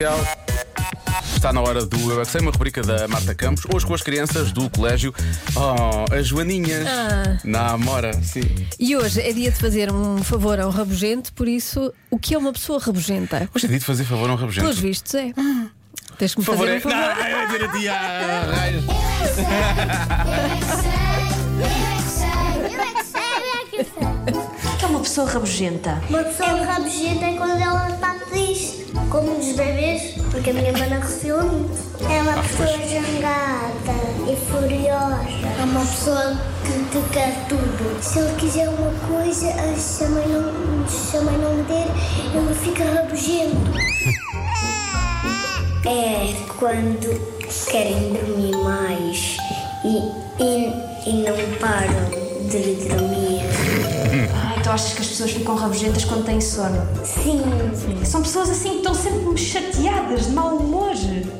Comercial. Está na hora do Eu é Que Sei, uma rubrica da Marta Campos, hoje com as crianças do colégio. Oh, as Joaninhas. Ah. Na Amora, sim. E hoje é dia de fazer um favor ao rabugento, por isso, o que é uma pessoa rabugenta? Hoje é dia de fazer favor a um rabugento. Pelos vistos, é. Tens que me Por favor, fazer é. um favor. Não, é dizer a ti, ah, raios. Eu é que sei, eu é que sei, eu é que sei, eu é que sei. que é uma pessoa rabugenta? Uma pessoa rabugenta é quando ela está triste, como nos bebês, porque a minha mana recebeu muito. É uma pessoa jangada e furiosa. É uma pessoa que te quer tudo. Se ele quiser uma coisa, se a mãe não, se a mãe não lhe der, ele fica rabugento. É quando querem dormir mais e, e, e não param de dormir. Ah, então achas que as pessoas ficam rabugentas quando têm sono? Sim. São pessoas assim que estão sempre chateadas, de mau humor.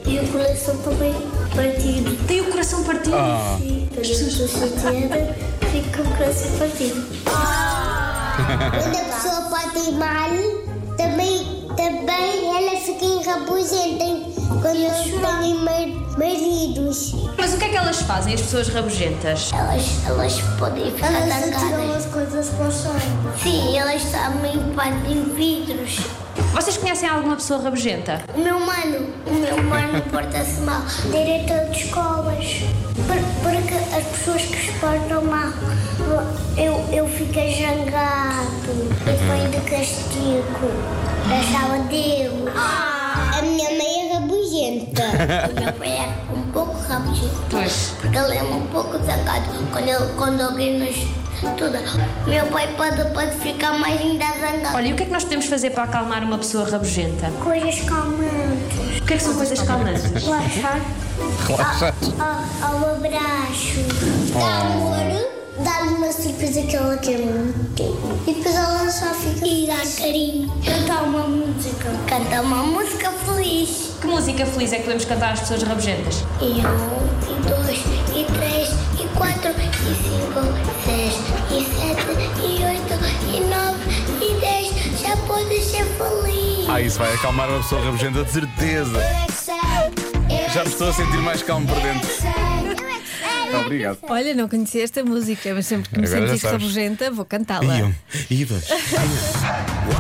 E o coração também partido. Têm o coração partido. Quando eu estou chateada, fica o coração partido. Quando a pessoa pode ir mal, também, também ela fica enrabugenta quando eles têm mar- maridos. Mas o que é que elas fazem, as pessoas rabugentas? Elas, elas podem ficar elas atacadas. as coisas com sangue. Sim, elas também partem vidros. Vocês conhecem alguma pessoa rabugenta? O meu mano, o meu mano porta-se mal. Diretor de escolas. Por- porque as pessoas que se portam mal, eu, eu fico jangado. Eu fui de castigo. Da sala dele. A minha mãe é rabugenta. o meu pai é um pouco rabugento. Pois. Porque ele é um pouco zangado quando, ele- quando alguém nos estuda. Meu pai pode, pode ficar mais ainda zangado. Olha, e o que é que nós podemos fazer para acalmar uma pessoa rabugenta? Coisas calmantes. O que é que são coisas calmantes? Relaxar. Relaxar. Ao abraço. Ah. Dá amor. Dá-lhe uma surpresa que ela quer muito. E depois ela só fica. E dá carinho. Cantar uma música. Cantar uma música feliz. Que música feliz é que podemos cantar às pessoas rabugentas? E um, e dois, e três, e quatro, e cinco, e seis, e sete, e oito, e nove, e dez. Já pode ser feliz. é Ah, isso vai acalmar uma pessoa rabugenta, de certeza. Já me estou a sentir mais calmo por dentro. é Obrigado. Olha, não conhecia esta música, mas sempre que me Agora já sentir sabes. rabugenta, vou cantá-la. E um, e dois.